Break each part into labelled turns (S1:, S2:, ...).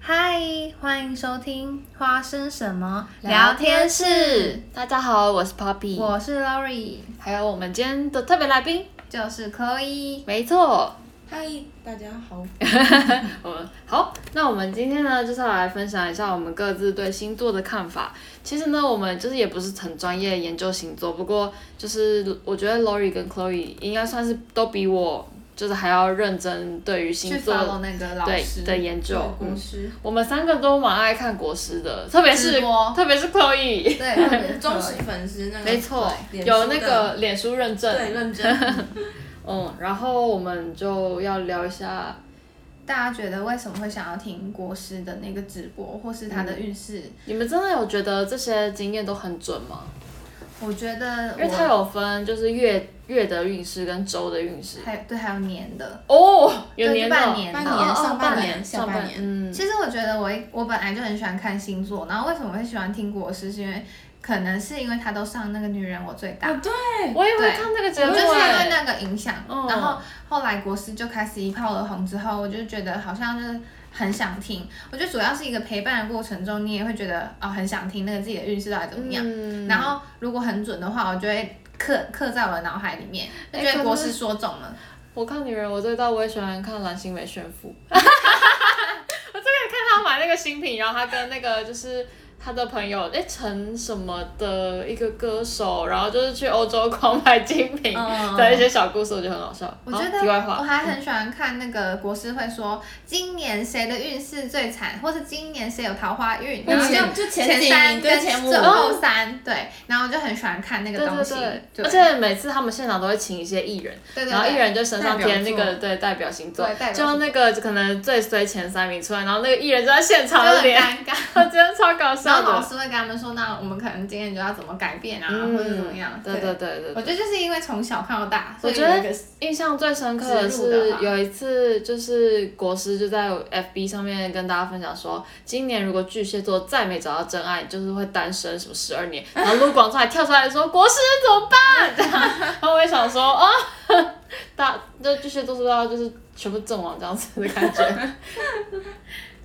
S1: 嗨，欢迎收听《花生什么
S2: 聊天室，大家好，我是》，Poppy，
S1: 我是 Lori，
S2: 还有我们今天的特别来宾，
S1: 就是 Chloe。
S2: 没错，
S3: 嗨，大家好。
S2: 我们好，那我们今天呢，就是要来分享一下我们各自对星座的看法。其实呢，我们就是也不是很专业研究星座，不过就是我觉得 Lori 跟 Chloe 应该算是都比我就是还要认真对于
S1: 去
S2: 星座
S1: follow 那个老
S2: 对
S1: 师
S2: 的研究。
S3: 公
S2: 嗯，
S3: 司
S2: 我们三个都蛮爱看国师的，特别
S1: 直
S2: 是
S1: 播
S2: 特别是 Chloe，
S1: 对，特别
S3: 对，忠实粉丝那个，
S2: 没错，
S3: 脸书
S2: 有那
S3: 的
S2: 个脸书认证。
S3: 对认真，
S2: 嗯，然后我们就要聊一下，
S1: 大家觉得为什么会想要听国师的那个直播，或是他
S2: 嗯
S1: 的运势？
S2: 你们真的有觉得这些经验都很准吗？
S1: 我觉得我
S2: 因为它有分就是月月的运势跟周的运势。
S1: 还有对还有年的，
S2: 哦，有
S1: 对
S2: 年的，
S1: 半年的
S3: 半
S2: 哦哦
S3: 年、上半年、
S2: 上
S3: 下
S2: 半
S3: 半
S2: 年，
S3: 年，
S2: 嗯，
S1: 其实我觉得我我本来就很喜欢看星座，然后为什么会喜欢听国师，是因为可能是因为他都上那个女人我最大，
S3: 啊对，
S2: 哎我也会
S1: 对
S2: 看哦这个
S1: 我
S2: 节目
S1: 就是因为
S2: 欸，
S1: 那个影响，
S2: 嗯
S1: 然后后来国师就开始一炮而红之后，我就觉得好像就是很想听，我觉得主要是一个陪伴的过程中，你也会觉得哦很想听那个自己的运势到底怎么样，
S2: 嗯
S1: 然后如果很准的话，我就会刻刻在我的脑海里面，就
S2: 哎
S1: 觉
S2: 可
S1: 得
S2: 是
S1: 国师说中了，
S2: 我看女人我最大，我也喜欢看蓝心湄炫 富。我最近看她买那个新品，然后她跟那个就是她的朋友哎陈什么的一个歌手，然后就是去欧洲狂买精品
S3: 嗯
S2: 的一些小故事，我觉得很好笑。
S1: 我
S2: 好
S1: 觉得
S2: 题外
S1: 我
S2: 话，嗯
S1: 还很喜欢看那个国师会说今年谁的运势最惨，或是今年谁有桃花运，然后
S3: 目
S1: 就
S3: 前就前
S1: 前
S3: 几
S1: 三
S3: 名
S1: 跟
S3: 跟前五
S1: 最，后三，对，然后我就很喜欢看那
S2: 对
S1: 个东西，
S2: 对对，
S1: 对
S2: 而且每次他们现场都会请一些艺人，
S1: 对对
S2: 然后艺
S1: 对，
S2: 人就身上贴那个对代表星座
S1: 对代，表星
S2: 就
S1: 座
S2: 那个可能最衰前三名出来，然后那个艺人就在现
S1: 就
S2: 场
S1: 很
S2: 脸，
S1: 尴 尬。
S2: 我觉得超搞
S1: 然
S2: 笑
S1: 后老
S2: 的。
S1: 师会跟他们说，那我们可能今天就要怎么改变啊，或者怎么样。
S2: 嗯对对对对
S1: 我觉得就是因为从小看到大，所
S2: 我
S1: 以
S2: 觉
S1: 有
S2: 得
S1: 一个
S2: 印象最深刻的
S1: 植入
S2: 是
S1: 的话
S2: 有一次，就是国师就在 FB 上面跟大家分享说，今年如果巨蟹座再没找到真爱，就是会单身什么十二年。然后陆广仲还跳出来说：“国师怎么办？” 然后我也想说啊， 大就巨蟹座是不是要就是全部阵亡这样子的感 觉？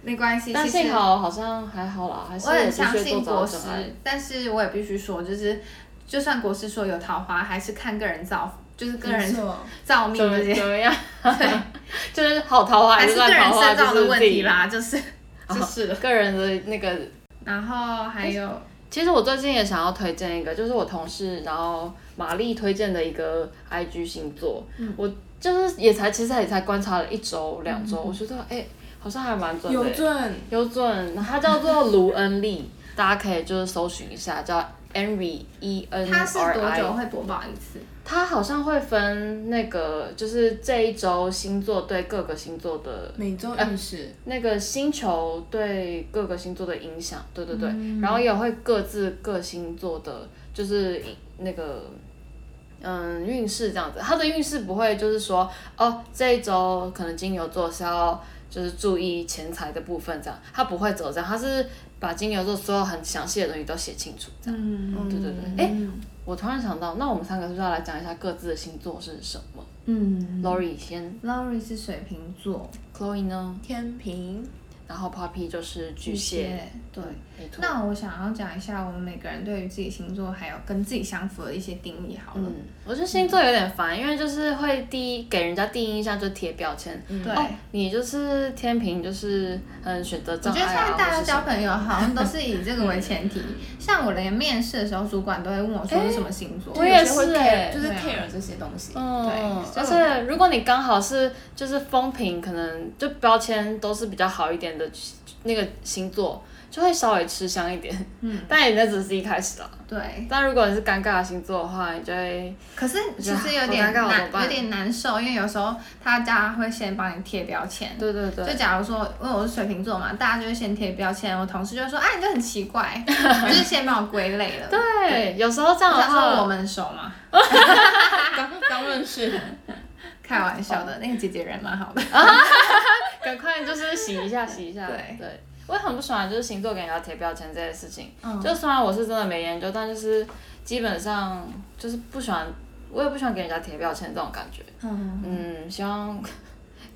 S1: 没关系。
S2: 但
S1: 其实
S2: 幸好好像还好啦，还是
S1: 我很
S2: 有巨
S1: 相
S2: 蟹座
S1: 信
S2: 找到
S1: 国师
S2: 真爱。，
S1: 但是我也必须说，就是就算国师说有桃花，还是看个人造，就是个人
S3: 错，
S1: 造命
S2: 怎么
S1: 这些，
S2: 怎 么样？ 就是好桃花
S1: 还
S2: 是
S1: 是个
S2: 烂
S1: 人
S2: 桃花，
S1: 深造的
S2: 就是
S1: 问
S2: 自
S1: 题
S2: 己
S1: 啦， 就是就是了。
S2: 个人的那个
S1: 然后还有
S2: 其实我最近也想要推荐一个，就是我同事然后玛丽推荐的一个 IG 星座，我就是也才其实也才观察了一周两周，我觉得哎、好像还蛮准的、欸
S3: 有准，
S2: 有准，它叫做卢恩利，大家可以就是搜寻一下，叫 Henry E N
S1: 他是
S2: R
S1: 多
S2: I
S1: 久会播报一次？
S2: 它好像会分那个，就是这一周星座对各个星座的
S3: 每周
S2: 呃
S3: 运势，
S2: 那个星球对各个星座的影响，对对对，然后也会各自各星座的，就是那个嗯运势这样子。它的运势不会就是说哦，这一周可能金牛座是要就是注意钱财的部分这样，它不会走这样，它是把金牛座所有很详细的东西都写清楚这样。
S1: 嗯
S2: 对对对，哎、我突然想到，那我们三个是不是要来讲一下各自的星座是什么、
S1: 嗯
S2: l o r i 先
S1: Lori 是水瓶座，
S2: ，Chloe 呢，
S3: 天平，
S2: 然后 Poppy 嗯就是巨蟹，，
S1: 对。
S2: 没错。
S1: 那我想要讲一下我们每个人对于自己星座还有跟自己相符的一些定义好了。
S2: 嗯，我觉得星座有点烦，因为就是会第一给人家第一印象就贴标签。
S1: 对，
S2: 哦，你就是天平，就是嗯选择
S1: 我
S2: 障
S1: 觉
S2: 碍
S1: 得现在
S2: 啊，
S1: 大
S2: 或
S1: 家
S2: 是什
S1: 交
S2: 么
S1: 朋 友好像都是以这个为前提。像我连面试的时候，主管都会问我说是什么星座。
S2: 哎我也
S3: 有些会
S2: 是
S3: care，
S2: 哎
S3: 就是欸
S1: 对啊
S3: care 这些东西，
S2: 嗯，
S1: 对
S2: 而
S1: 所以
S2: 且如果你刚好是就是风评，可能就标签都是比较好一点的那个星座，就会稍微吃香一点。嗯， 但也那只是一开始啦。
S1: 对，
S2: 但如果你是尴尬的星座的话，你就会
S1: 可是其实有
S2: 我
S1: 点
S2: 觉得好尴尬怎么
S1: 难，
S2: 办
S1: 有点难受，因为有时候大家会先帮你贴标签。
S2: 对对
S1: 就
S2: 对，
S1: 假如说，因为我是水瓶座嘛，大家就会先贴标签。我同事就会说：“啊，你就很奇 怪，就是先把我归类了。”
S2: 对，啊有时候这样的
S1: 他说
S2: 话
S1: 我，们很熟嘛，
S3: 刚刚认识，
S1: 开玩笑的，那个姐姐人蛮 好的。
S2: 赶快就是洗一下，洗一下。
S1: 对
S2: 我也很不喜欢就是星座给人家贴标签这件事情。
S1: 嗯
S2: 就虽然我是真的没研究，但就是基本上就是不喜欢，我也不喜欢给人家贴标签这种感觉。
S1: 嗯，
S2: 嗯，希望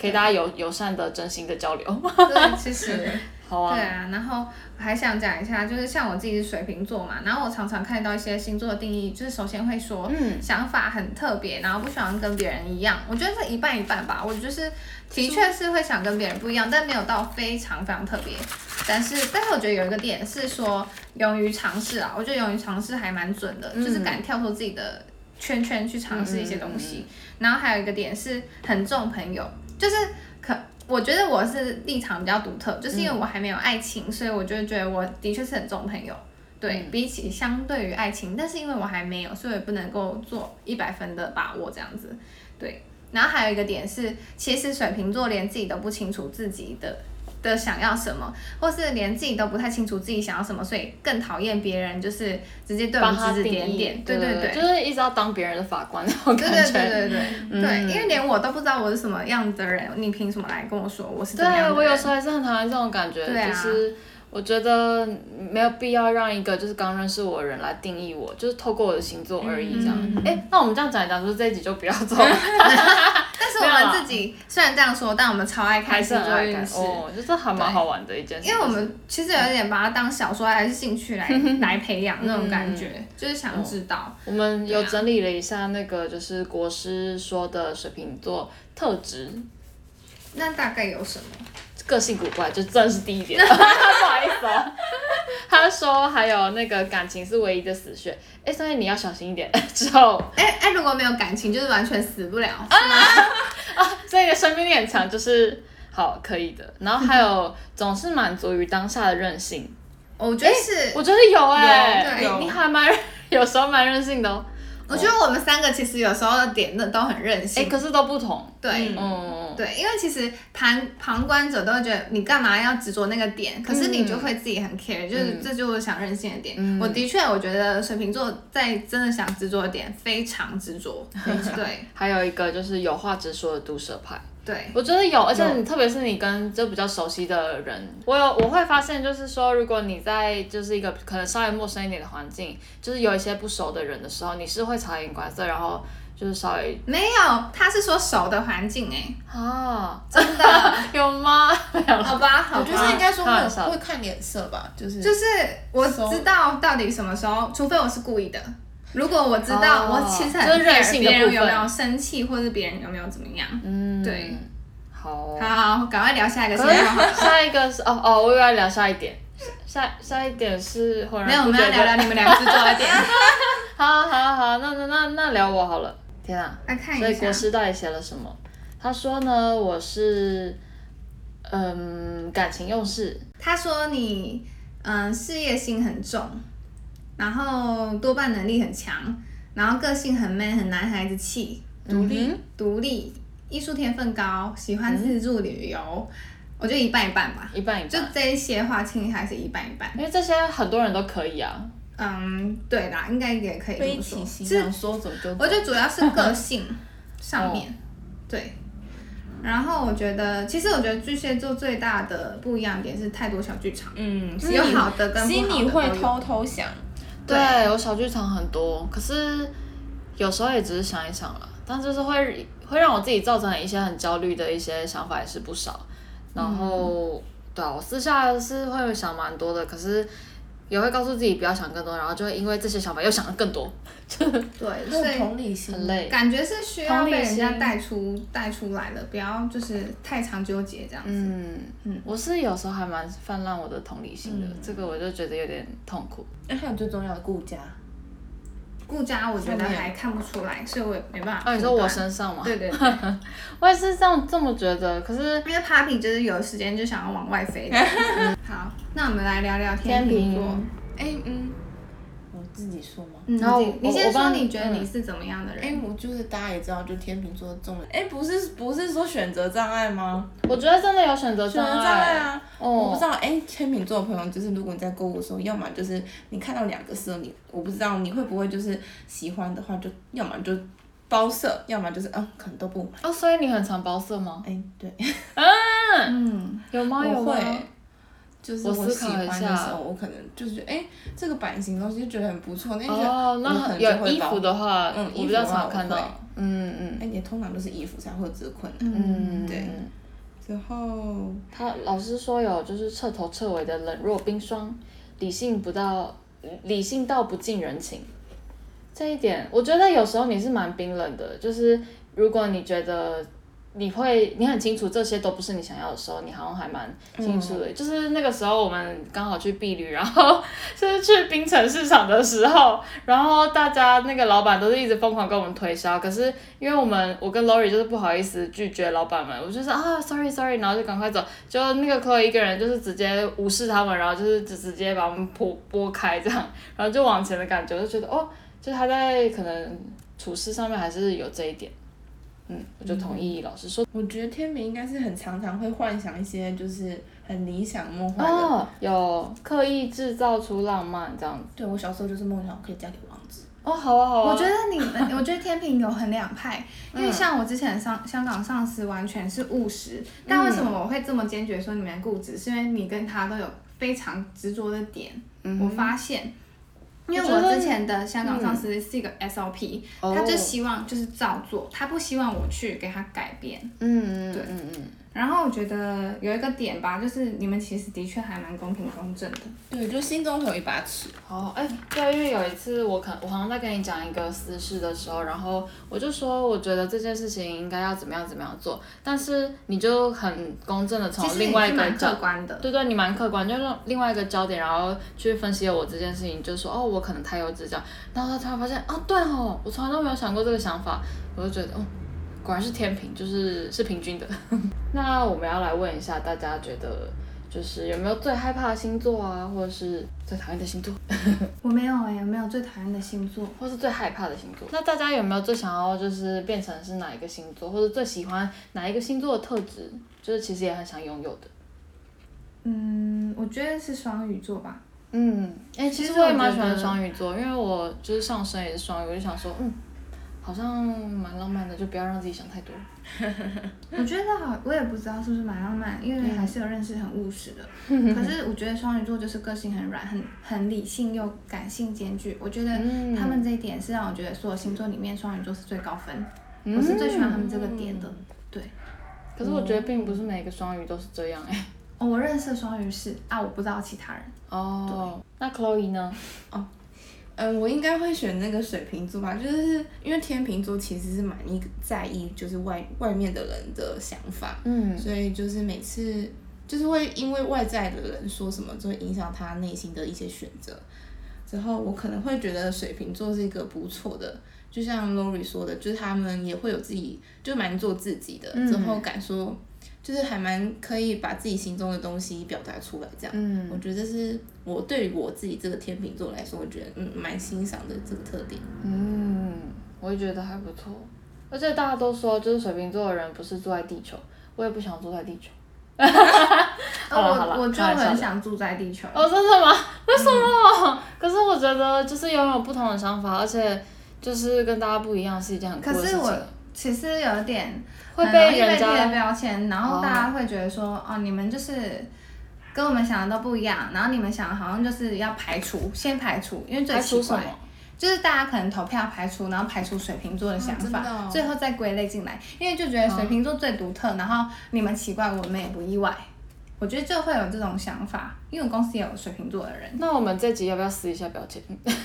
S2: 可以大家友友善的、真心的交流。
S1: 对，其实。
S2: 好啊，
S1: 对啊，然后还想讲一下，就是像我自己是水瓶座嘛，然后我常常看到一些星座的定义，就是首先会说，
S2: 嗯，
S1: 想法很特别，然后不喜欢跟别人一样。我觉得这一半一半吧，我就是的确是会想跟别人不一样，但没有到非常非常特别。但是，但是我觉得有一个点是说，勇于尝试啊，我觉得勇于尝试还蛮准的，就是敢跳出自己的圈圈去尝试一些东西。然后还有一个点是很重朋友，就是可。我觉得我是立场比较独特，就是因为我还没有爱情，所以我就觉得我的确是很重朋友。对、比起相对于爱情，但是因为我还没有，所以我也不能够做一百分的把握这样子。对，然后还有一个点是，其实水瓶座连自己都不清楚自己的的想要什么，或是连自己都不太清楚自己想要什么，所以更讨厌别人就是直接对我
S2: 帮
S1: 们
S2: 他
S1: 指指
S2: 定
S1: 点
S2: 义，
S1: 点。对
S2: 对
S1: 对对，
S2: 就是一直要当别人的法官那种
S1: 对
S2: 感
S1: 对
S2: 觉。
S1: 对对对、对，
S2: 嗯
S1: 因为连我都不知道我是什么样子的人，你凭什么来跟我说我是怎
S2: 对
S1: 么样的人？
S2: 我有时候还是很讨厌这种感觉，
S1: 对啊
S2: 就是我觉得没有必要让一个就是刚认识我的人来定义我，就是透过我的星座而已这样。哎、
S1: 嗯
S2: 那我们这样讲一讲，就是这一集就不要做，
S1: 但是我
S2: 没有
S1: 们
S2: 啦
S1: 自己虽然这样说，但我们超爱
S2: 还
S1: 看
S2: 是
S1: 星
S2: 很
S1: 座
S2: 爱
S1: 运
S2: 看
S1: 势。
S2: 哦，就是还蛮好玩的一件事。
S1: 啊因为我们其实有点把它当小说还是兴趣 来来培养那种感觉，
S2: 嗯
S1: 就是想知道。
S2: 我们有整理了一下那个就是国师说的水瓶座特质，
S1: 那大概有什么？
S2: 个性古怪，就真的是第一 点，不好意思哦。他说还有那个感情是唯一的死穴，哎，所以你要小心一点。之后，
S1: 哎、哎、如果没有感情，就是完全死不了。
S2: 所以生命力很强，就是好可以的。然后还有总是满足于当下的任性，
S1: 我觉得是，
S2: 我觉得呃有哎、
S1: 有对
S2: 你还蛮 有时候蛮任性的哦。
S1: 我觉得我们三个其实有时候的点那都很任
S2: 哎，
S1: 性。
S2: 可是都不同。
S1: 对、
S2: 嗯，
S1: 对，因为其实旁旁观者都会觉得你干嘛要执着那个点，可是你就会自己很 care，、就是这就是我想任性的点。我的确，我觉得水瓶座在真的想执着的点非常执 着。对
S2: 还有一个就是有话直说的毒舌派。
S1: 对，
S2: 我觉得有，而且你特别是你跟就比较熟悉的人，我有我会发现，就是说，如果你在就是一个可能稍微陌生一点的环境，就是有一些不熟的人的时候，你是会察言观色，然后就是稍微
S1: 没有，他是说熟的环境哎、
S2: 啊，
S1: 真的。
S2: 有 吗？
S1: 好吧，好
S3: 我觉
S1: 吧，
S3: 得应该说
S2: 开
S3: 会
S2: 玩笑
S3: 会看脸色吧，
S2: 嗯
S3: 就是
S1: 就是我知道到底什么时候，除非我是故意的。如果我知道，
S2: 哦
S1: 我其实很
S2: 就是任性
S1: care
S2: 的
S1: 别人
S2: 部
S1: 有
S2: 分
S1: 没有生气，或者别人有没有怎么样。
S2: 嗯，
S1: 对，
S2: 好。哦
S1: 好，赶快聊下一个星
S2: 可是
S1: 座。
S2: 下一个是哦哦，我又要聊下一点，下下一点是忽然
S1: 没有，我
S2: 不
S1: 们
S2: 觉
S1: 要聊
S2: 得
S1: 聊你们两个星座 的点。
S2: 好好好，那那那那聊我好了。天啊，
S1: 来看
S2: 所以
S1: 一
S2: 国
S1: 下，
S2: 师到底写了什么？他说呢，我是嗯感情用事，
S1: 他说你嗯事业心很重，然后多半能力很强，然后个性很 man，很男孩子气，
S3: 独
S2: 嗯
S3: 立，
S1: 独立，艺术天分高，喜欢自助旅游。我觉得一半一半吧，
S2: 一半一
S1: 就
S2: 半，
S1: 这一些话，其实还是一半一半。
S2: 因为这些很多人都可以啊。
S1: 嗯，对啦，应该也可以这
S3: 背
S1: 么
S3: 起
S1: 说。
S3: 行
S1: 是
S3: 囊说走就走
S1: 我。觉得主要是个性上面，对。然后我觉得，其实我觉得巨蟹座最大的不一样点是太多小剧场，
S3: 嗯，
S1: 有好的跟不好的
S3: 心里会
S1: 都有
S3: 偷偷想，
S2: 对，我小剧场很多，可是有时候也只是想一想了，但就是会会让我自己造成一些很焦虑的一些想法也是不少。然后，对啊，我私下是会想蛮多的，可是也会告诉自己不要想更多，然后就会因为这些想法又想的更多，
S1: 对，
S3: 那
S1: 所
S3: 种
S1: 以
S3: 同理心
S2: 很累。
S1: 感觉是需要
S2: 同理
S1: 被人家
S2: 心
S1: 带出带出来的，不要就是太常纠结这样子。
S2: 嗯嗯，我是有时候还蛮泛滥我的同理心的，这个我就觉得有点痛苦。
S3: 那哎还有最重要的顾家，
S1: 顾家我觉得
S3: 后面
S1: 还看不出来，所以我也没办法。
S2: 啊，你说我？身上吗？
S1: 对对对，
S2: 我也是这样这么觉得。可是
S1: 因为 Papi 就是有时间就想要往外飞。嗯好，那我们来聊聊
S2: 天
S1: 秤
S2: 秤
S1: 座。
S3: 哎嗯，我自己说吗？
S1: 嗯
S2: 然后
S1: 你
S2: 我
S1: 你先
S2: 我
S1: 说，
S2: 帮嗯
S1: 你觉得你是怎么样的
S3: 哎、
S1: 人？
S3: 我就是大家也知道，就天秤座中了。哎、不是不是说选择障碍吗？
S2: 我觉得真的有选择
S3: 选
S2: 障
S3: 择障碍
S2: 碍。
S3: 啊！
S2: 哦
S3: 我不知道，哎、天秤座的朋友就是，如果你在购物的时候，要么就是你看到两个色，你我不知道你会不会就是喜欢的话就，要么就包色，要么就是嗯，可能都不买。
S2: 哦，所以你很常包色吗？
S3: 哎、对，
S1: 嗯，
S2: 有吗？哦有
S3: 我
S2: 吗？
S3: 会。就是
S2: 我思
S3: 喜
S2: 考一
S3: 欢的
S2: 下
S3: 时候，我可能就是觉得，哎、这个版型东西就觉得很不错，那就觉得
S2: 哦，
S3: 我
S2: 那
S3: 可能就
S2: 有
S3: 会
S2: 衣
S3: 包
S2: 服的话，
S3: 嗯，
S2: 我比
S3: 衣服的
S2: 较
S3: 话
S2: 常
S3: 我
S2: 看到
S3: 会。
S2: 嗯嗯
S3: 那也通常都是衣服才会有这个困难。
S1: 嗯
S2: 嗯，
S3: 对
S2: 嗯
S3: 之后
S2: 他老师说有就是彻头彻尾的冷若冰霜，理性不到理性到不近人情。这一点，我觉得有时候你是蛮冰冷的，就是如果你觉得你会你很清楚这些都不是你想要的时候，你好像还蛮清楚的。就是那个时候我们刚好去避旅，然后就是去冰城市场的时候，然后大家那个老板都是一直疯狂跟我们推销，可是因为我们我跟 Lori 就是不好意思拒绝老板们，我就说啊 sorry sorry，然后就赶快走，就那个 Chloe 一个人就是直接无视他们，然后就是直直接把我们拨拨开这样，然后就往前的感觉，就觉得哦，就是他在可能处事上面还是有这一点，嗯，我就同意老师说，
S3: 我觉得天明应该是很常常会幻想一些就是很理想梦幻的。
S2: 哦，有刻意制造出浪漫这样子，
S3: 对我小时候就是梦想可以嫁给王子。
S2: 哦，好啊好啊，
S1: 我觉得你们，我觉得天平有很两派，因
S2: 嗯
S1: 为像我之前上香港上司完全是务实，但为什么
S2: 嗯
S1: 我会这么坚决说你们固执，是因为你跟他都有非常执着的点，我发现。因为
S2: 嗯我觉
S1: 我
S2: 得嗯
S1: 之前的香港上司是一个 SOP，、
S2: 哦
S1: 他就希望就是照做，他不希望我去给他改变。
S2: 嗯嗯嗯嗯，
S1: 然后我觉得有一个点吧，就是你们其实的确还蛮公平公正的。
S3: 对，就心中有一把尺。
S2: 哦，
S1: 嗯
S2: 哎、对，因为有一次我可我好像在跟你讲一个私事的时候，然后我就说我觉得这件事情应该要怎么样怎么样做，但是你就很公正的从
S1: 其实
S2: 另
S1: 你
S2: 外
S1: 是
S2: 一个
S1: 蛮客
S2: 角，
S1: 观的，
S2: 对对，你蛮客观，就是另外一个焦点，然后去分析了我这件事情，就说哦，我可能太幼稚这样，然后他突然发现啊，对哦，我从来都没有想过这个想法，我就觉得哦，果然是天平，就是是平均的。 那我们要来问一下大家觉得。就是有没有最害怕的星座啊，或者是最讨厌的星座？
S1: 我没有哎、我没有最讨厌的星座。
S2: 或是最害怕的星座。那大家有没有最想要就是变成是哪一个星座，或者最喜欢哪一个星座的特质？就是其实也很想拥有的。
S1: 嗯，我觉得是双鱼座吧。
S2: 嗯，哎、
S1: 其
S2: 其
S1: 实
S2: 实
S1: 我
S2: 我
S1: 也
S2: 也
S1: 蛮
S2: 蛮
S1: 喜
S2: 喜
S1: 欢
S2: 欢
S1: 双
S2: 双鱼座，因为我就是上升也是双鱼，我就想说，嗯，好像蛮浪漫的，就不要让自己想太多。
S1: 我觉得好，我也不知道是不是蛮浪漫，因
S2: 嗯
S1: 为还是有认识很务实 的。可是我觉得双鱼座就是个性很软，很很理性又感性兼具。我觉得
S2: 嗯
S1: 他们这一点是让我觉得所有星座里面双鱼座是最高分，
S2: 嗯
S1: 我是最喜欢他们这个点的。对，
S2: 可是我觉得并不是每个双鱼都是这样哎、
S1: 哦，我认识的双鱼是啊，我不知道其他人。
S2: 哦，那 Chloe 呢？
S3: 嗯，我应该会选那个水瓶座吧，就是因为天秤座其实是蛮一在意就是外外面的人的想法，
S2: 嗯
S3: 所以就是每次就是会因为外在的人说什么，就会影响他内心的一些选择。之后我可能会觉得水瓶座是一个不错的，就像 Lori 说的，就是他们也会有自己就蛮做自己的，之后敢说，就是还蛮可以把自己心中的东西表达出来这样。
S2: 嗯，
S3: 我觉得这是我对于我自己这个天秤座来说，我觉得嗯蛮欣赏的这个特点。
S2: 嗯，我也觉得还不错，而且大家都说，就是水瓶座的人不是住在地球，我也不想住在地球。好了好
S1: 哦，
S2: 了
S1: 我我就
S2: 开玩笑的
S1: 很想住在地球。
S2: 哦，真的吗？为什么？可是我觉得就是拥有不同的想法，而且就是跟大家不一样是一件很酷
S1: 可
S2: 的事
S1: 是
S2: 情。
S1: 我其实有点
S2: 会
S1: 很容易
S2: 被
S1: 被
S2: 人
S1: 贴
S2: 家
S1: 标签，然后大家会觉得说，哦，你们就是跟我们想的都不一样，然后你们想的好像就是要排除，先排除，因为最
S2: 排
S1: 奇
S2: 除什
S1: 怪
S2: 么。？
S1: 就是大家可能投票排除，然后排除水瓶座的想
S3: 真
S1: 法，
S3: 的哦
S1: 最后再归类进来，因为就觉得
S2: 哦
S1: 水瓶座最独特，然后你们奇怪，我们也不意外。我觉得就会有这种想法，因为我公司也有水瓶座的人。
S2: 那我们这集要不要撕一下标签？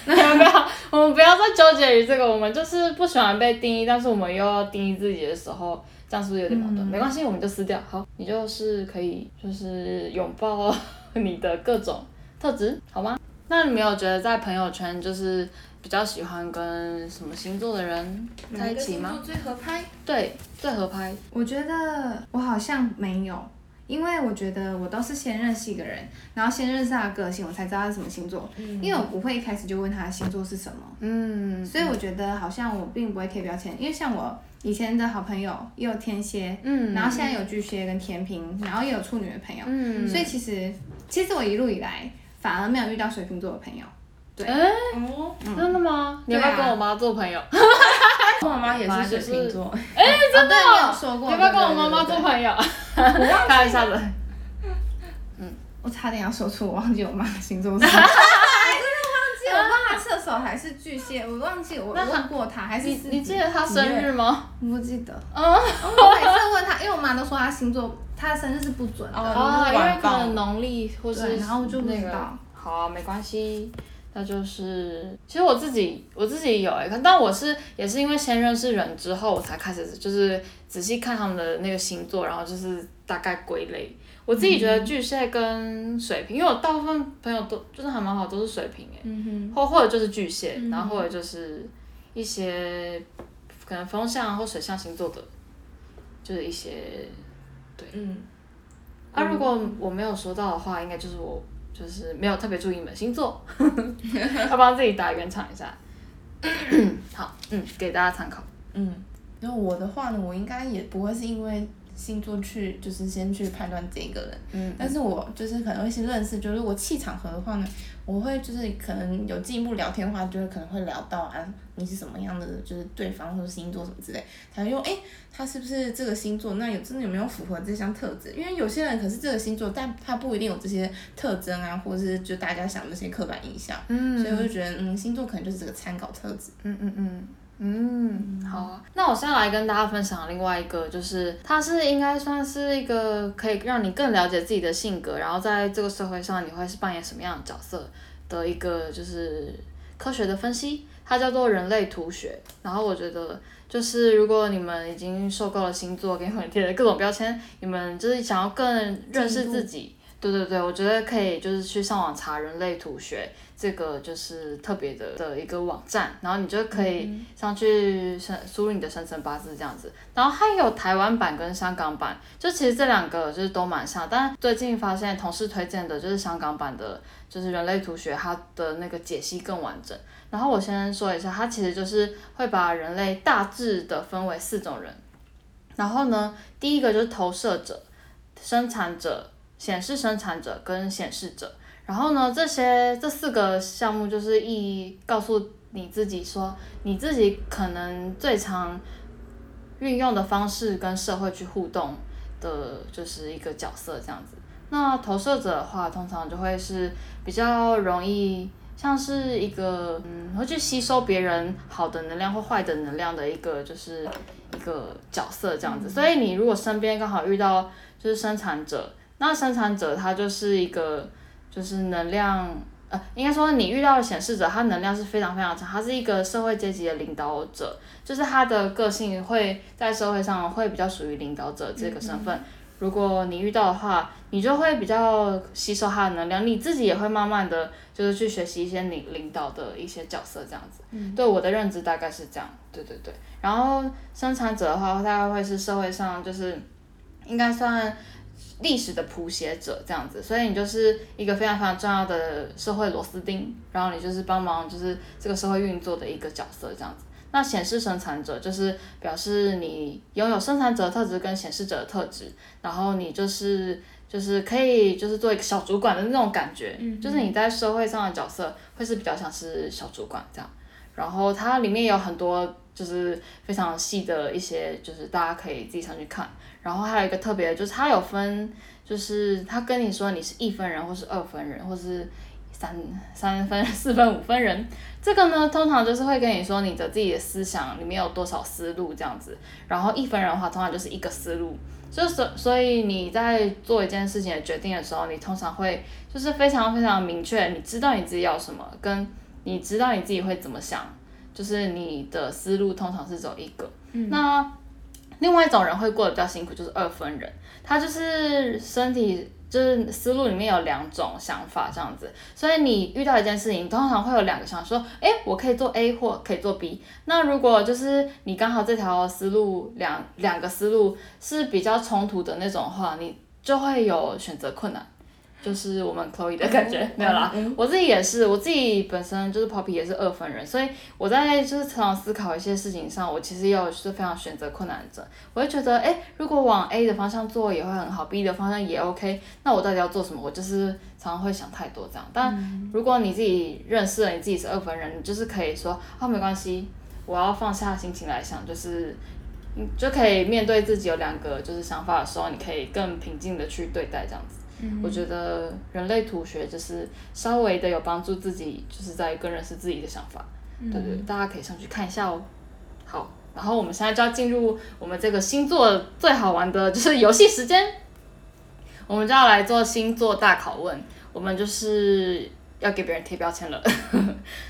S2: 要不要？我们不要再纠结于这个，我们就是不喜欢被定义，但是我们又要定义自己的时候，这样是不是有点矛盾？没关系，我们就撕掉。好，你就是可以，就是拥抱你的各种特质，好吗？那你没有觉得在朋友圈就是比较喜欢跟什么星座的人在一起吗？？
S3: 最合拍。
S2: 对，最合拍。
S1: 我觉得我好像没有，因为我觉得我都是先认识一个人，然后先认识他的个性，我才知道他是什么星座。因为我不会一开始就问他的星座是什么，
S2: 嗯，
S1: 所以我觉得好像我并不会贴标签。因为像我以前的好朋友也有天蝎，
S2: 嗯
S1: 然后现在有巨蟹跟天平，然后也有处女的朋友，
S2: 嗯
S1: 所以其实其实我一路以来反而没有遇到水瓶座的朋友。
S2: 哎，
S3: 哦，
S2: 真的吗？你要不要
S1: 对啊
S2: 跟我妈做朋友？
S3: 我妈妈也是水瓶座，
S1: 真的、哦对你有说
S2: 哎你
S1: 过，
S2: 要不要跟我
S1: 对
S2: 妈妈？
S1: 对
S2: 做
S1: 对对
S2: 朋友？开玩笑的。
S1: 我差点要说出我忘记我妈的星座是什么。真的忘记我妈是射手还是巨蟹，我忘记我
S2: 那他
S1: 问过他，还是
S2: 你
S1: 狮
S2: 你
S1: 子
S2: 记得他生日吗？
S1: 我不记得。
S2: 嗯
S1: 我每次问他，因为我妈都说他星座，他的生日是不准的。
S3: 哦
S2: 哦，因为可能
S3: 晚报
S2: 农历或是
S1: 对然后就不
S2: 那
S1: 知
S2: 个
S1: 道
S2: 好啊、没关系。那就是，其实我自己我自己有哎、欸，但我是也是因为先认识人之后，我才开始就是仔细看他们的那个星座，然后就是大概归类。我自己觉得巨蟹跟水瓶，因为我大部分朋友都就是还蛮好，都是水瓶哎、
S3: 嗯
S2: 或或者就是巨蟹，
S1: 嗯
S2: 然后或者就是一些可能风象或水象星座的，就是一些
S3: 哼，嗯，
S2: 啊，如果我没有说到的话，应该就是我就是没有特别注意你们星 座，要帮自己打圆场一 下。好，嗯，给大家参考。
S3: 嗯，然后我的话呢，我应该也不会是因为星座去，就是先去判断这个人，
S2: 嗯
S3: 但是我就是可能会先认识，就如果气场合的话呢，我会就是可能有进一步聊天的话，就是可能会聊到啊，你是什么样的，就是对方或者星座什么之类，才会用哎，诶他是不是这个星座？那有真的有没有符合这项特质？因为有些人可是这个星座，但他不一定有这些特征啊，或者是就大家想的那些刻板印象，
S2: 嗯
S3: 所以我就觉得嗯，星座可能就是这个参考特质，
S2: 嗯嗯嗯嗯，好啊。那我现在来跟大家分享另外一个，就是它是应该算是一个可以让你更了解自己的性格，然后在这个社会上你会是扮演什么样的角色的一个就是科学的分析，它叫做人类图学。然后我觉得。就是如果你们已经受够了星座给你们贴的各种标签，你们就是想要更认识自己，对对对，我觉得可以就是去上网查人类图学这个就是特别的的一个网站，然后你就可以上去生输入你的生辰八字这样子，然后还有台湾版跟香港版，就其实这两个就是都蛮像，但最近发现同事推荐的就是香港版的，就是人类图学它的那个解析更完整。然后我先说一下，它其实就是会把人类大致的分为四种人，然后呢，第一个就是投射者、生产者、显示生产者跟显示者。然后呢，这些这四个项目就是一告诉你自己说，你自己可能最常运用的方式跟社会去互动的，就是一个角色这样子。那投射者的话，通常就会是比较容易像是一个嗯，会去吸收别人好的能量或坏的能量的一个就是一个角色这样子。所以你如果身边刚好遇到就是生产者，那生产者他就是一个就是能量。呃，应该说你遇到的显示者，他能量是非常非常强，他是一个社会阶级的领导者，就是他的个性会在社会上会比较属于领导者这个身份。如果你遇到的话，你就会比较吸收他的能量，你自己也会慢慢的就是去学习一些领领导的一些角色这样子。对我的认知大概是这样，对对对。然后生产者的话，大概会是社会上就是应该算历史的谱写者这样子，所以你就是一个非常非常重要的社会螺丝钉，然后你就是帮忙就是这个社会运作的一个角色这样子。那显示生产者就是表示你拥有生产者的特质跟显示者的特质，然后你就是就是可以就是做一个小主管的那种感觉，就是你在社会上的角色会是比较像是小主管这样。然后它里面有很多就是非常细的一些，就是大家可以自己上去看。然后还有一个特别的就是它有分，就是它跟你说你是一分人或是二分人或是。三三分、四分、五分人，这个呢，通常就是会跟你说你的自己的思想里面有多少思路这样子。然后一分人的话，通常就是一个思路，就是所所以你在做一件事情的决定的时候，你通常会就是非常非常明确，你知道你自己要什么，跟你知道你自己会怎么想，就是你的思路通常是走一个。那另外一种人会过得比较辛苦，就是二分人，他就是身体。就是思路里面有两种想法这样子，所以你遇到一件事情，通常会有两个想法说，诶，我可以做 A 或可以做 B。那如果就是你刚好这条思路两两个思路是比较冲突的那种话，你就会有选择困难，就是我们 Chloe 的感觉、没有啦。我自己也是，我自己本身就是 Poppy 也是二分人，所以我在就是常常思考一些事情上，我其实也有就是非常选择困难症。我会觉得，诶，如果往 A 的方向做也会很好，B 的方向也 OK，那我到底要做什么？我就是常常会想太多这样。但如果你自己认识了你自己是二分人，你就是可以说，啊，没关系，我要放下心情来想，就是你就可以面对自己有两个就是想法的时候，你可以更平静的去对待这样子。我觉得人类图学就是稍微的有帮助自己，就是在更认识自己的想法。对对，大家可以上去看一下哦。好，然后我们现在就要进入我们这个星座最好玩的就是游戏时间，我们就要来做星座大拷问，我们就是要给别人贴标签了，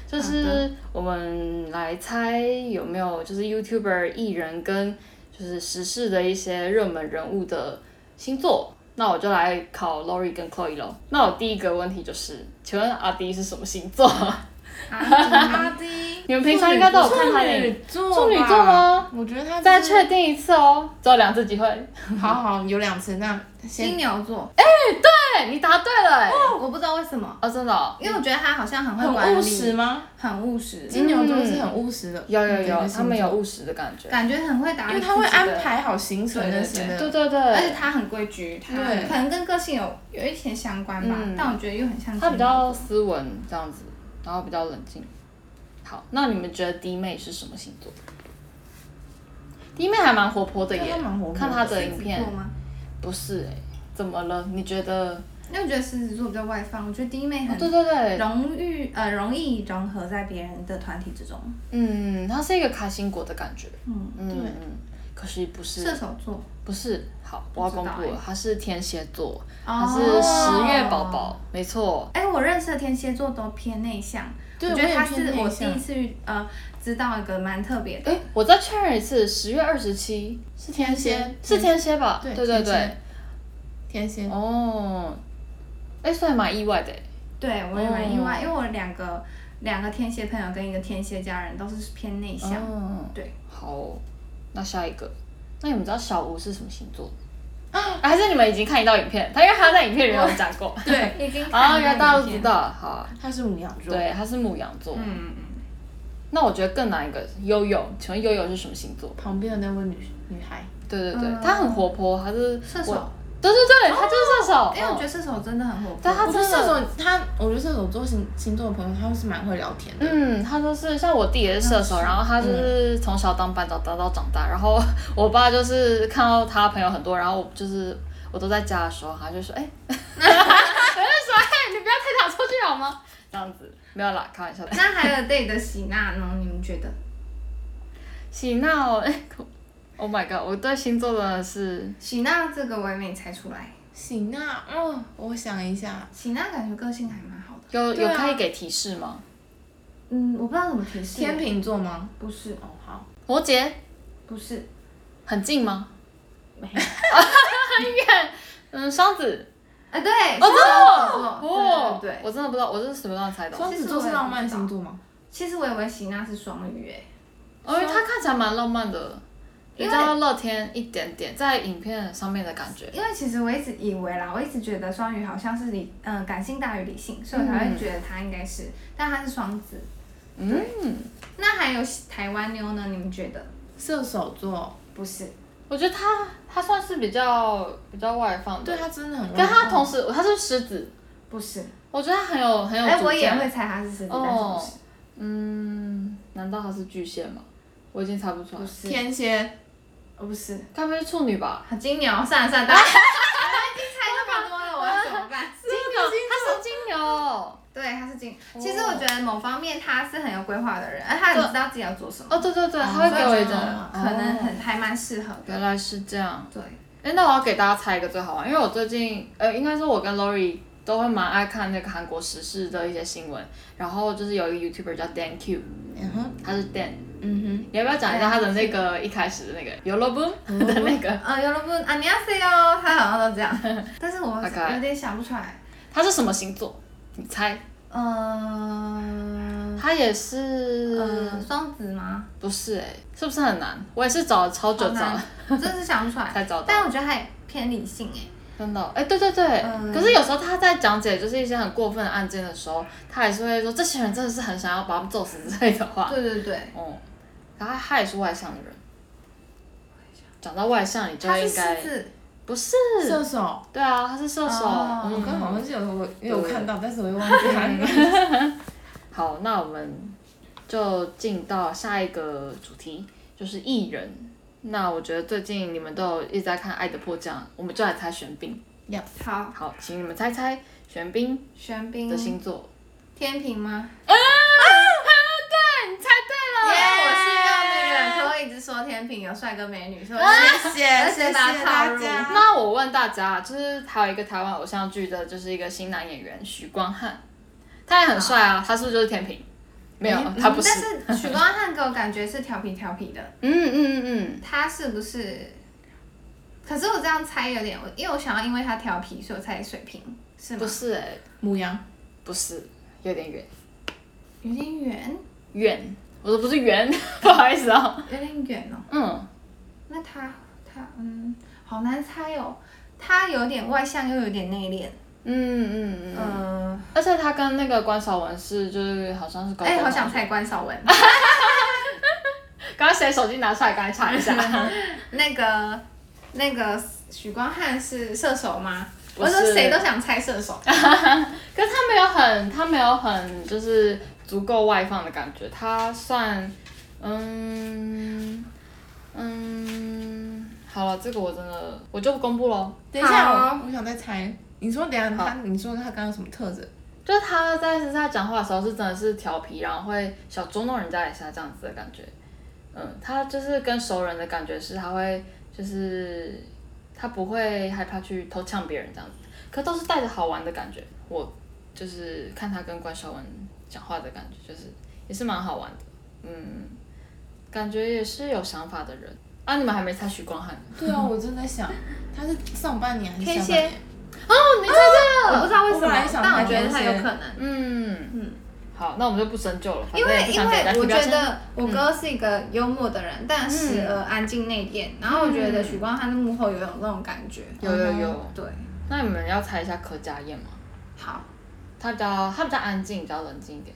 S2: 就是我们来猜有没有就是 YouTuber 艺人跟就是时事的一些热门人物的星座。那我就来考 Lori 跟 Chloe 咯。那我第一个问题就是，请问阿迪是什么星座？
S1: 啊阿迪，
S2: 你们平常应该都有看他的
S3: 处
S2: 影
S3: 女座吧，
S2: 处女座吗
S3: 我觉得他
S2: 再
S3: 就是
S2: 确定一次哦，只有两次机会。
S3: 好好有两次，那先
S1: 金牛座，
S2: 对，你答对了哎、
S1: 我不知道为什么，
S2: 哦，真的、哦。
S1: 因为我觉得他好像很会管
S3: 很
S1: 理，
S3: 务实嗯吗？
S1: 很务实，
S3: 金牛座是很务实的，
S2: 嗯有有
S3: 感觉
S2: 有，
S3: 星
S2: 他
S3: 座
S2: 们有，务实的感觉。
S1: 感觉很会打
S3: 因
S1: 理，
S3: 为他会安，排好行程
S1: 对对
S3: 那
S1: 对
S3: 些
S2: 对
S3: 的，
S2: 对
S1: 而且
S2: 对，
S1: 他很规矩，他
S3: 对
S1: 可能跟个性有有一些相关吧，
S2: 嗯
S1: 但我觉得又很像金牛
S2: 他比较斯文这样子，然后比较冷静。好，那你们觉得弟妹是什么星座？弟妹还蛮活泼的
S3: 对
S2: 耶
S3: 她蛮活，泼的
S2: 看她的
S1: 狮
S2: 影
S1: 子
S2: 片
S1: 座吗？
S2: 不是哎、怎么了？你觉得？
S1: 因为我觉得狮子座比较外放，我觉得弟妹
S2: 哦
S1: 哎很，
S2: 对对对，
S1: 容易呃容易融合在别人的团体之中。
S2: 嗯，她是一个开心果的感觉。
S1: 嗯，
S2: 嗯
S3: 对
S2: 嗯，可惜不是
S1: 射手座，
S2: 不是，好，
S1: 不
S2: 我要
S1: 知道
S2: 公布
S1: 欸哦
S2: 了，她是天蝎座，她
S1: 他
S2: 是十月宝宝。，没错。
S1: 哎、我认识的天蝎座都偏内向，
S3: 对
S1: 我觉得
S3: 也
S1: 他
S3: 偏
S1: 是
S3: 内
S1: 我第
S3: 向
S1: 一次遇呃知道一个蛮特别的。
S2: 哎，我再确认一次，十月二十七是天蝎
S3: 天，蝎
S2: 是天蝎吧？
S3: 对
S2: 对对
S3: 天
S2: 对
S3: 蝎，天蝎，
S2: 哦，哎，算蛮意外的诶。
S1: 对我也蛮意外，
S2: 哦
S1: 因为我两个两个天蝎朋友跟一个天蝎家人都是偏内向。
S2: 嗯，
S1: 对，
S2: 好，那下一个，那你们知道小吴是什么星座？啊，还是你们已经看一道影片？他因为他在影片里面有讲过。
S3: 对，
S1: 已经看
S2: 啊，
S1: 了
S2: 原来大家都
S1: 影
S2: 知
S1: 片
S2: 道，好啊，
S3: 他是母羊座，
S2: 对，他是母羊座。
S1: 嗯，
S2: 那我觉得更难一个悠悠，请问悠悠是什么星座？
S3: 旁边的那位女女孩，
S2: 对对对
S1: 嗯，
S2: 他很活泼，他是
S1: 射手
S2: 我对对对，他就是射手。
S1: 因为我觉
S2: 得，
S1: 得射手真的很活泼，
S2: 但他
S3: 我觉得射手他，我觉得射手座星星座的朋友，他是蛮会聊天的，
S2: 嗯，他就是像我弟也是射手，然后他就是从小当班长当到长大，然后 我爸就是看到他朋友很多，然后我就是我都在家的时候，他就说，哎、 我就说，哎、你不要太常出去好吗？这样子没有啦，开玩笑的。
S1: 那还有 day 的喜娜呢？你们觉得？
S2: 喜闹、哦，哎、o h my god，我对星座真的是，
S1: 喜娜这个我也没猜出来，
S3: 行啊，哦，我想一下，
S1: 喜娜感觉个性还蛮好的。
S2: 有、
S3: 对
S2: 有
S3: 啊
S2: 可以给提示吗？
S1: 嗯，我不知道怎么提示。
S3: 天秤座吗？
S1: 不是，
S3: 哦，好，
S2: 摩羯
S1: 不是，
S2: 很近吗？
S1: 没有。
S2: 嗯，双子，
S1: 啊，对，
S2: 哦，真
S1: 射手
S2: 的
S1: 座
S2: 哦，
S1: 对对对。
S2: 我真的不知道，我真的随便乱猜的。
S3: 双子座是浪漫星座吗？
S1: 其实我以为喜娜是双鱼诶，
S2: 哦，因为他看起来蛮浪漫的，比
S1: 因为
S2: 较乐天一点点，在影片上面的感觉。
S1: 因为其实我一直以为啦，我一直觉得双鱼好像是理，嗯、感性大于理性，所以我才会觉得他应该是，但他是双子。
S2: 嗯，
S1: 那还有台湾妞呢？你们觉得？
S3: 射手座，
S1: 不是，
S2: 我觉得他他算是比较比较外放的，
S3: 对他真的很，
S2: 跟他同，时他是狮子，
S1: 不是。
S2: 我觉得他很有很有
S1: 哎、
S2: 主
S1: 我也
S2: 见
S1: 会猜他是狮子，但是不
S2: 哦
S1: 是。
S2: 嗯，难道他是巨蟹吗？我已经猜不出来
S1: 不，是，
S3: 天蝎，
S1: 哦不是。
S2: 该不会是处女吧？
S1: 啊金牛，算了算了， 大家我已经猜那么多了，我要怎么办？
S2: 金牛，他是金牛。
S1: 对，他是金。
S2: 哦
S1: 其实我觉得某方面他是很有规划的人，而他很知道自己要做什么，
S2: 哦，对对对，他会给我一种
S3: 哦
S1: 可能很
S2: 哦
S1: 还蛮适合的。
S2: 原来是这样。
S1: 对，
S2: 哎、那我要给大家猜一个最好玩，因为我最近呃，应该说我跟 Lori 都会蛮爱看那个韩国时事的一些新闻，然后就是有一个 YouTuber 叫 Dan Q，
S3: 嗯哼，
S2: 他是 Dan，
S3: 嗯
S2: 你要不要讲一下他的那个一开始的那个 Yolo Boom 的那个，
S1: 呃，有了不，안녕하세요，他哦好像都这 样，但是我
S2: OK
S1: 有点想不出来。
S2: 他是什么星座？你猜？
S1: 嗯，
S2: 他也是、
S1: 呃，双子吗？
S2: 不是、哎，是不是很难？我也是找了超久
S1: 好
S2: 找
S1: 难
S2: 了
S1: 真是想 不出来。
S2: 才找到，
S1: 但我觉得他也偏理性哎。
S2: 真的哦，哎、对对对、
S1: 嗯
S2: 可是有时候他在讲解就是一些很过分的案件的时候，他还是会说这些人真的是很想要把他们揍死之类的话。
S1: 对对对，
S2: 哦，然后他也是外向的人。讲到外向，你就
S1: 他是
S2: 应
S1: 狮
S2: 该
S1: 子，
S2: 不是？
S3: 哼，射手，啊
S2: 对啊，他是射手。
S1: 哦
S3: 我
S2: 嗯
S3: 刚好像记得我有看到，但是我又忘记他。
S2: 好，那我们就进到下一个主题，就是艺人。那我觉得最近你们都有一直在看《爱的迫降》，我们就来猜玄彬。
S3: Yep
S1: 好，
S2: 好，请你们猜猜玄彬
S1: 玄
S2: 的
S1: 彬，
S2: 星座。
S1: 天平吗？
S2: 对，你猜
S1: 因
S2: 对了。
S1: 为我是一个女人，可我一直说天平有帅哥美女，所以我
S3: 谢 谢
S1: 而
S3: 谢
S1: 且
S3: 谢
S1: 把它套
S3: 大
S1: 入
S3: 家。
S2: 那我问大家，就是还有一个台湾偶像剧的，就是一个新男演员许光汉，他也很帅啊，他是不是就是天平？没有，他不是。
S1: 嗯但是许光汉给我感觉是调皮调皮的，
S2: 嗯嗯嗯
S1: 他是不是？可是我这样猜有点，我因为我想要因为他调皮，所以我猜水瓶是
S2: 嗯，
S1: 吗
S2: 不？是哎、
S3: 母羊，
S2: 不是，有点远
S1: 有点远，
S2: 远。 我说不是圆，不好意思啊。
S1: 有点远哦。
S2: 嗯，
S1: 那他他嗯，好难猜哦。他有点外向，又有点内敛。
S2: 嗯嗯嗯，
S1: 嗯，
S2: 而且他跟那个关晓雯是就是好像是高中啊
S1: 哎、
S2: 同学，
S1: 好想猜关少文。
S2: 刚刚谁手机拿出来，刚才查一下，
S1: 那个那个许光汉是射手吗？
S2: 不
S1: 我
S2: 是
S1: 说谁都想猜射手。
S2: 可是他没有很，他没有很就是足够外放的感觉，他算，嗯嗯，好了，这个我真的我就不公布喽。
S3: 等一下
S1: 好
S3: 哦，我想再猜。你说等一下他，你说他刚刚有什么特质？
S2: 就是他在私下讲话的时候是真的是调皮，然后会小捉弄人家一啊下这样子的感觉。嗯，他就是跟熟人的感觉是他会就是他不会害怕去偷呛别人这样子，可都是带着好玩的感觉。我就是看他跟关晓雯讲话的感觉，就是也是蛮好玩的。嗯，感觉也是有想法的人啊。你们还没猜许光汉呢
S3: 对啊，我正在想，他是上半年还是
S1: 天
S3: 下半
S1: 蝎
S3: 年？
S2: 哦，你猜对
S1: 我
S2: 了。
S1: 不知道为什
S3: 我本来
S1: 么，
S3: 想
S1: 但我
S3: 猜
S1: 觉得他
S3: 天
S1: 有
S3: 蝎
S1: 可能。
S2: 嗯
S1: 嗯
S2: 嗯，好，那我们就不深究了，反
S1: 因
S2: 正也
S1: 为
S2: 不
S1: 因
S2: 想
S1: 为
S2: 给大家
S1: 我
S2: 贴标
S1: 觉
S2: 签。
S1: 得我哥是一个幽默的人，但时
S2: 嗯
S1: 而安静内敛。然后我觉得许光汉的幕后有有那种感觉。
S2: 有有嗯有，
S1: 对，
S2: 那你们要猜一下柯佳燕吗？
S1: 好，
S2: 她比较她比较安静，比较冷静一点。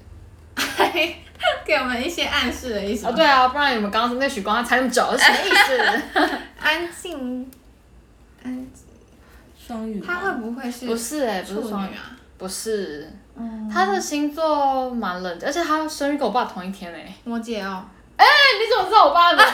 S1: 给我们一些暗示的意思
S2: 哦，
S1: 吗。
S2: 对啊，不然你们刚刚那许光汉猜那么久，什么意思？
S1: 安静，安，
S3: 双鱼吗，
S1: 他会不会 是
S2: 不是哎、不
S1: 处
S2: 是双
S1: 女
S2: 鱼，
S1: 啊？
S2: 不是，
S1: 嗯，
S2: 她的星座蛮冷的，而且她生日跟我爸同 一天哎、欸。
S1: 摩羯哦。
S2: 你怎么知道我爸的名字？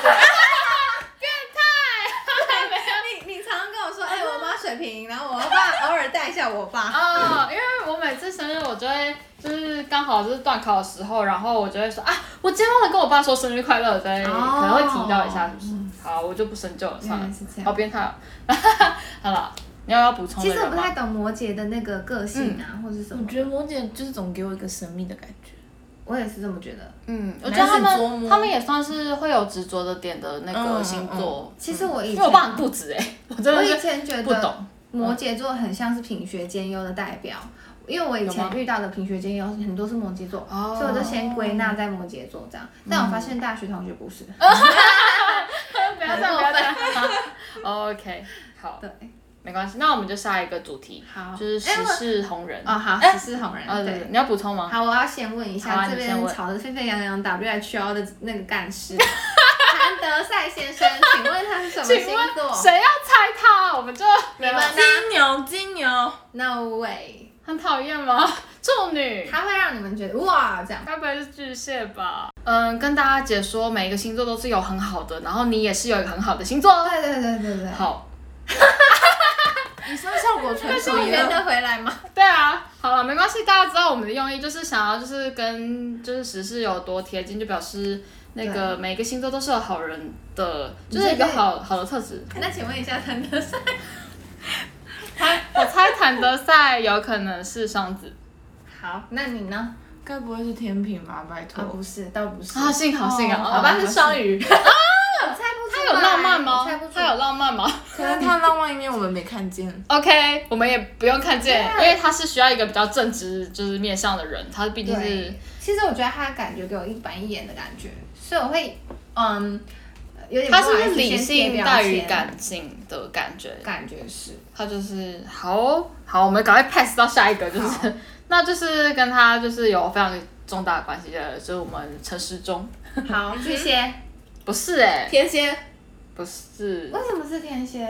S1: 你你常常跟我说，哎，我妈水瓶，然后我爸 偶尔带一下我爸。
S2: 啊哦，因为我每次生日，我就会就是刚好就是断考的时候，然后我就会说啊，我今天忘了跟我爸说生日快乐，对，可能会提到一下，是不是？好，我就不深究了，算了
S1: 哦嗯原来是这，样
S2: 好变态哦。 好了，你要不要补充的
S1: 其实我
S2: 人
S1: 不
S2: 吗？
S1: 太懂摩羯的那个个性
S2: 嗯
S1: 啊，或是什
S3: 我
S1: 么，
S3: 觉得摩羯就是总给我一个神秘的感觉。
S1: 我也是这么觉得。
S2: 嗯，我觉得他
S3: 男生捉摸
S2: 们他们也算是会有执着的点的那个星座。
S1: 其实我以
S2: 因
S1: 前
S2: 为我爸很固执 哎，我真
S1: 我
S2: 的
S1: 以
S2: 是
S1: 前觉
S2: 不
S1: 得
S2: 懂。
S1: 摩羯座很像是品学兼优的代表，因为我以
S2: 有吗
S1: 前遇到的品学兼优很多是摩羯座，
S2: 哦
S1: 所以我就先归纳在摩羯座这样。但我发现大学同学不是，
S2: 不要这样，不要这样。OK，好，
S1: 对，
S2: 没关系，那我们就下一个主题，
S1: 好
S2: 就是
S1: 哎
S2: 时事红人。
S1: 哦好，十四红
S2: 啊，
S1: 人
S2: 对，
S1: 对。
S2: 你要补充吗？
S1: 好，我要先问一
S2: 好
S1: 下
S2: 啊
S1: 这
S2: 你先
S1: 边
S2: 问
S1: 吵得沸沸扬扬 WHO 的那个干事谭德赛先生，请问他是什么
S2: 请
S1: 星
S2: 问
S1: 座
S2: 谁要猜他？我们就你
S1: 们呢
S3: 金牛，金牛，
S1: ？No way，
S2: 很讨厌吗？ 处女，
S1: 他会让你们觉得哇这样。
S2: 该不会是巨蟹吧？嗯，跟大家解说，每一个星座都是有很好的，然后你也是有一个很好的星座哦。
S1: 对对对对对，
S2: 好，
S3: 你说效果纯
S1: 是我
S3: 粹
S1: 圆
S3: 的。
S1: 得回来吗？
S2: 对啊，好了，没关系，大家知道我们的用意，就是想要就是跟就是时事有多贴近，就表示那个每个星座都是有好人的，就是一个好好的特质。
S1: 那请问一下谭德赛，
S2: 我猜谭德赛有可能是双子
S1: 好，那你呢？
S3: 该不会是天平吧？拜托
S1: 啊，，不是，倒不是。
S2: 啊，幸好幸好，
S3: 哦
S2: 好吧，是双鱼。
S1: 我猜不出
S2: 他有浪漫吗
S1: 我猜不？出
S2: 他有浪漫吗
S3: 可能他浪漫一面我们没看见。
S2: ？OK，我们也不用看见，因为他是需要一个比较正直，就是面向的人，他毕竟是
S1: 对，其实我觉得他感觉给我一板一眼的感觉，所以我会，嗯，有点
S2: 他
S1: 不好意
S2: 是
S1: 思先
S2: 理
S1: 贴
S2: 性
S1: 标
S2: 大于
S1: 签，
S2: 感性的感觉，
S1: 感觉 是。
S2: 他就是好哦好，我们赶快 pass 到下一个，就是 那就是跟他就是有非常重大的关系的，就是我们陈时中，
S1: 好，
S2: 嗯
S1: 巨蟹、
S2: 不是哎、
S1: 天蝎，
S2: 不是。
S1: 为什么是天蝎？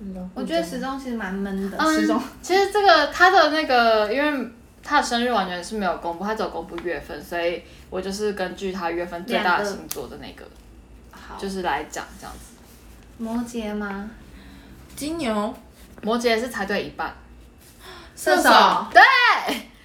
S3: 嗯
S1: 我觉得时钟其实蛮闷的，
S2: 嗯
S1: 时钟。
S2: 其实这个他的那个，因为他的生日完全是没有公布，他只有公布月份，所以我就是根据他月份最大的星座的那个，
S1: 好，
S2: 就是来讲这样子。
S1: 摩羯吗？
S3: 金牛，
S2: 摩羯是猜对一半，
S1: 射手
S2: 对，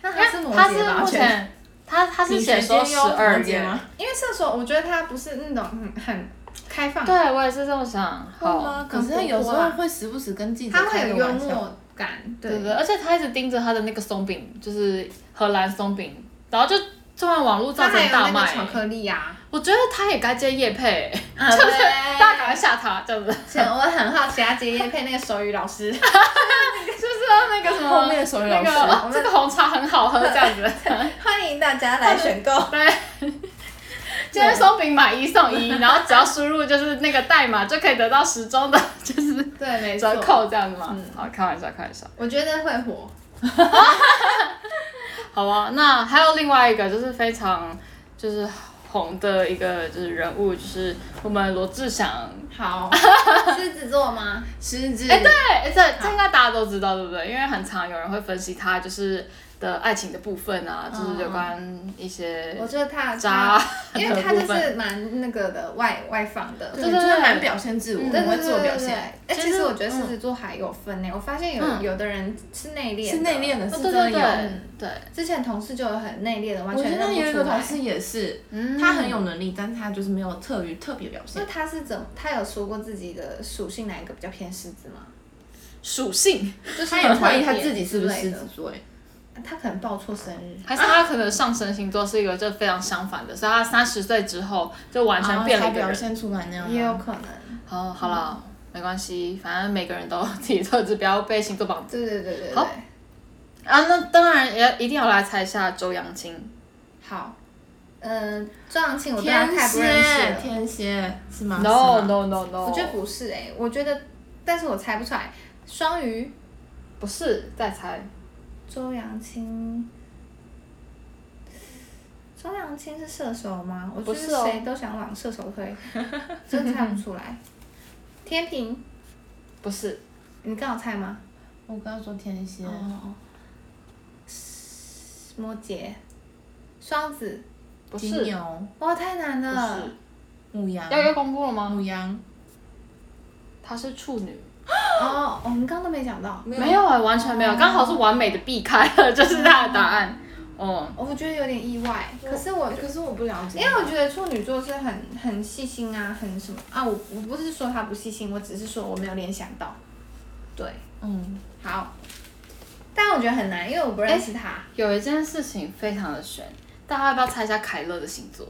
S1: 那还是摩
S2: 他
S1: 羯
S2: 是
S1: 吧？
S2: 目前他
S3: 啊
S2: 他是写说十二月？
S1: 因为射手，我觉得他不是那种很很开放，
S2: 对我也是这么想。好，
S3: 可是他有时候啊会时不时跟记者
S1: 他
S3: 开
S1: 会
S3: 个
S1: 有幽
S3: 玩笑。
S1: 默感，
S2: 对对
S1: 对
S2: 对，而且他一直盯着他的那个松饼，就是荷兰松饼，然后就突然网络造
S1: 他还
S2: 成
S1: 有
S2: 大
S1: 那个
S2: 卖
S1: 巧。克力啊呀、
S2: 我觉得他也该接叶配，
S1: 啊， 对。
S2: 大家赶快下他这样子，是
S1: 我很好奇啊他接叶配那个手语老师，
S2: 不是那个什么
S3: 后面的手语
S2: 那
S3: 老
S2: 个
S3: 师
S2: 哦这个红茶很好喝这 样子？
S1: 欢迎大家来选购。
S2: 对。今天松饼买一送一，然后只要输入就是那个代码就可以得到时钟的，就是
S1: 对，没错嗯
S2: 折。扣这样子嘛。好，开玩笑，开玩笑。
S1: 我觉得会火。
S2: 好啊，那还有另外一个就是非常就是红的一个就是人物，就是我们罗志祥。
S1: 好， 狮子座吗？
S3: 狮子，
S2: 哎、对，这这应该大家都知道，对不对？因为很常有人会分析他就是的爱情的部分啊，就是有关一些
S1: 我觉得他
S2: 渣
S1: 他，因为他就
S2: 的部分
S1: 是蛮那个的外外放的，
S3: 对，嗯
S2: 对
S3: 就
S2: 对
S3: 是
S2: 对
S3: 蛮表现自我，
S1: 对对
S3: 很会
S1: 对
S3: 做表
S1: 对对
S3: 现。嗯
S1: 哎，
S2: 其
S1: 其
S2: 实
S1: 实我觉得狮子座还有分呢，我发现有
S2: 嗯
S1: 有的人是内敛的，
S3: 是内敛的，
S2: 哦
S3: 是
S2: 对
S3: 真
S2: 对
S3: 的
S2: 对
S3: 有。
S2: 对，
S1: 之前同事就有很内敛的，完
S3: 我
S1: 全
S3: 现
S1: 认
S3: 在有一
S1: 不
S3: 个
S1: 出
S3: 同
S1: 来。
S3: 事也是，
S2: 嗯
S3: 他很有能力，但他就是没有特别特别表现
S1: 那。他是怎么？他有说过自己的属性哪一个比较偏狮子吗？
S2: 属性，
S1: 就是
S3: 他也怀疑他
S1: 有特
S3: 自己
S1: 点
S3: 是不是
S1: 之类
S3: 狮
S1: 的
S3: 子座，哎，
S1: 他可能报错生日。
S2: 还是他可能上升星座是一个就非常相反的，所以他三十岁之后就完全变了
S3: 才
S2: 一个人。
S3: 表现出来那样吗。啊
S1: 也有可能。
S2: 哦，好啦，没关系，反正每个人都 有自己的特质，不要被星座绑
S1: 对对对对对。
S2: 好啊，那当然也一定要来猜一下周扬青。
S1: 好，嗯，周扬青我对他
S3: 天
S1: 太不认识
S3: 蝎，
S1: 了，
S3: 天蝎是吗
S2: No
S3: 是吗
S2: no no no，
S1: 我觉得不是哎、我觉得，但是我猜不出来。双鱼，
S2: 不是，再猜。
S1: 周扬青，周扬青是射手吗？我
S2: 不
S1: 觉
S2: 是
S1: 得
S2: 哦
S1: 谁都想往射手推，真猜不出 来。天平，
S2: 不是，
S1: 你刚好猜吗？
S3: 我刚刚说天蝎，
S1: 哦，摩羯，双子，
S2: 不是，
S3: 金牛、
S1: 哇，太难
S2: 不
S1: 了
S2: 是。。
S3: 母羊、
S2: 要要公布了吗？
S3: 母羊，
S2: 她是处女。
S1: 哦，我们刚刚都没讲到。
S2: 没有哎、完全没有，刚好是完美的避开了，就是她的答案。哦、
S1: 我觉得有点意外，可是我
S3: 哎，可是我不了解，
S1: 因为我觉得处女座是很很细心啊，很什么啊，我我不是说他不细心，我只是说我没有联想到。对，
S3: 嗯，
S1: 好，但我觉得很难，因为我不认识他，
S2: 有一件事情非常的悬，大家要不要猜一下凯乐的星座？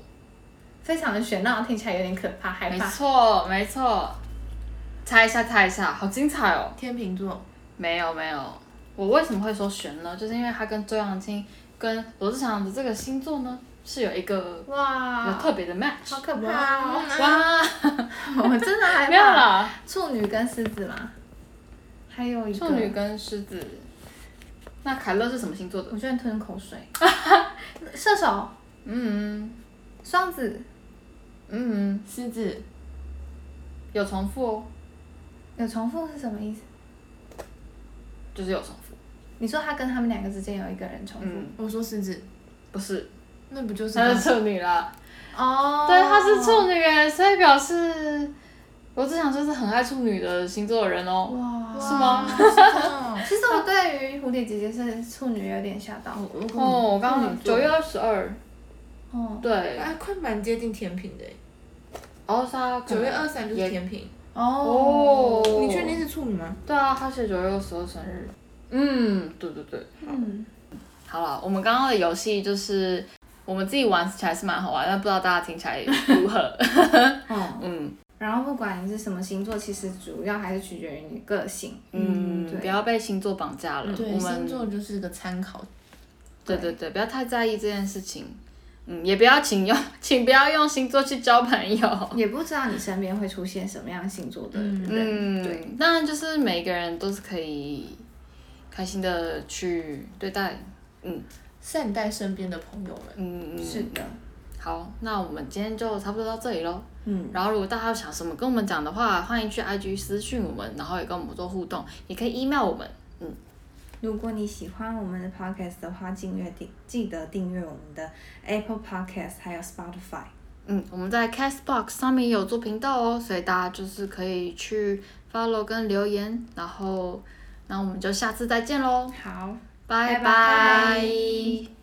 S1: 非常的玄，让我听起来有点可怕，害
S2: 没
S1: 怕。
S2: 错，没错，猜一下，猜一下，好精彩哦！
S3: 天秤座，
S2: 没有没有，我为什么会说悬呢？就是因为它跟周扬青跟罗志祥的这个星座呢，是有一个有
S3: 啊
S1: 哇，
S2: 特别的 match。
S1: 好可怕
S3: 嗯
S1: 哦！
S2: 哇，
S1: 我真的害怕。
S2: 没有啦，
S1: 处女跟狮子嘛，还有一个
S2: 处女，跟狮子。那凯乐是什么星座的？
S1: 我居然吞口 水。射手、
S2: 嗯
S1: 双子
S2: 嗯，
S3: 狮子，
S2: 有重复哦，
S1: 有重复是什么意思？
S2: 就是有重复。
S1: 你说他跟他们两个之间有一个人重复？
S2: 嗯，
S3: 我说狮子，
S2: 不是，
S3: 那不就是
S2: 她是处女啦。
S1: 哦，
S2: 对，她是处女耶，所以表示罗志祥就是很爱处女的星座的人哦。
S1: 哇，
S3: 哇
S1: 是
S2: 是
S1: 吗？
S2: 吗
S3: 是这样哦
S1: 其实我对于蝴蝶姐姐是处女有点吓到。
S3: 我我
S2: 哦，我刚刚九月
S3: 月，
S2: 二十二，
S1: 哦
S2: 对，
S3: 哎，快蛮接近天平的耶，欸
S2: 然后是她可
S3: 九
S2: 能
S3: 月二三就是
S2: 也
S3: 天平，
S1: 哦，
S2: 哦，
S3: 你确定是处女吗？
S2: 对啊，他是九月二十二生日。嗯，对对对。
S3: 哦
S1: 嗯，
S2: 好了，我们刚刚的游戏就是我们自己玩起来是蛮好玩，但不知道大家听起来 如何。
S1: 哦，
S2: 嗯
S1: 然后不管你是什么星座，其实主要还是取决于你个性。
S2: 嗯，
S1: 对
S2: 不要被星座绑架了。
S3: 对，
S2: 我
S3: 星
S2: 们
S3: 座就是个参考，
S2: 对对对，不要太在意这件事情。嗯，也不要请用， 请不要用星座去交朋友。
S1: 也不知道你身边会出现什么样星座的人，对，
S2: 嗯，当然就是每个人都是可以开心的去对待。
S3: 善待身边的朋友们。
S2: 嗯，嗯
S1: 是的，
S2: 好，那我们今天就差不多到这里喽。
S1: 嗯，
S2: 然后如果大家有想什么跟我们讲的话，欢迎去 IG 私讯我们，然后也跟我们做互动，也可以 email 我们。
S1: 如果你喜欢我们的 podcast 的话，订阅订记得订阅我们的 Apple Podcast 还有 Spotify。
S2: 嗯，我们在 Castbox 上面也有做频道哦，所以大家就是可以去 follow 跟留言，然后那我们就下次再见喽，
S1: 好，
S2: 拜
S1: 拜
S2: 拜
S1: 拜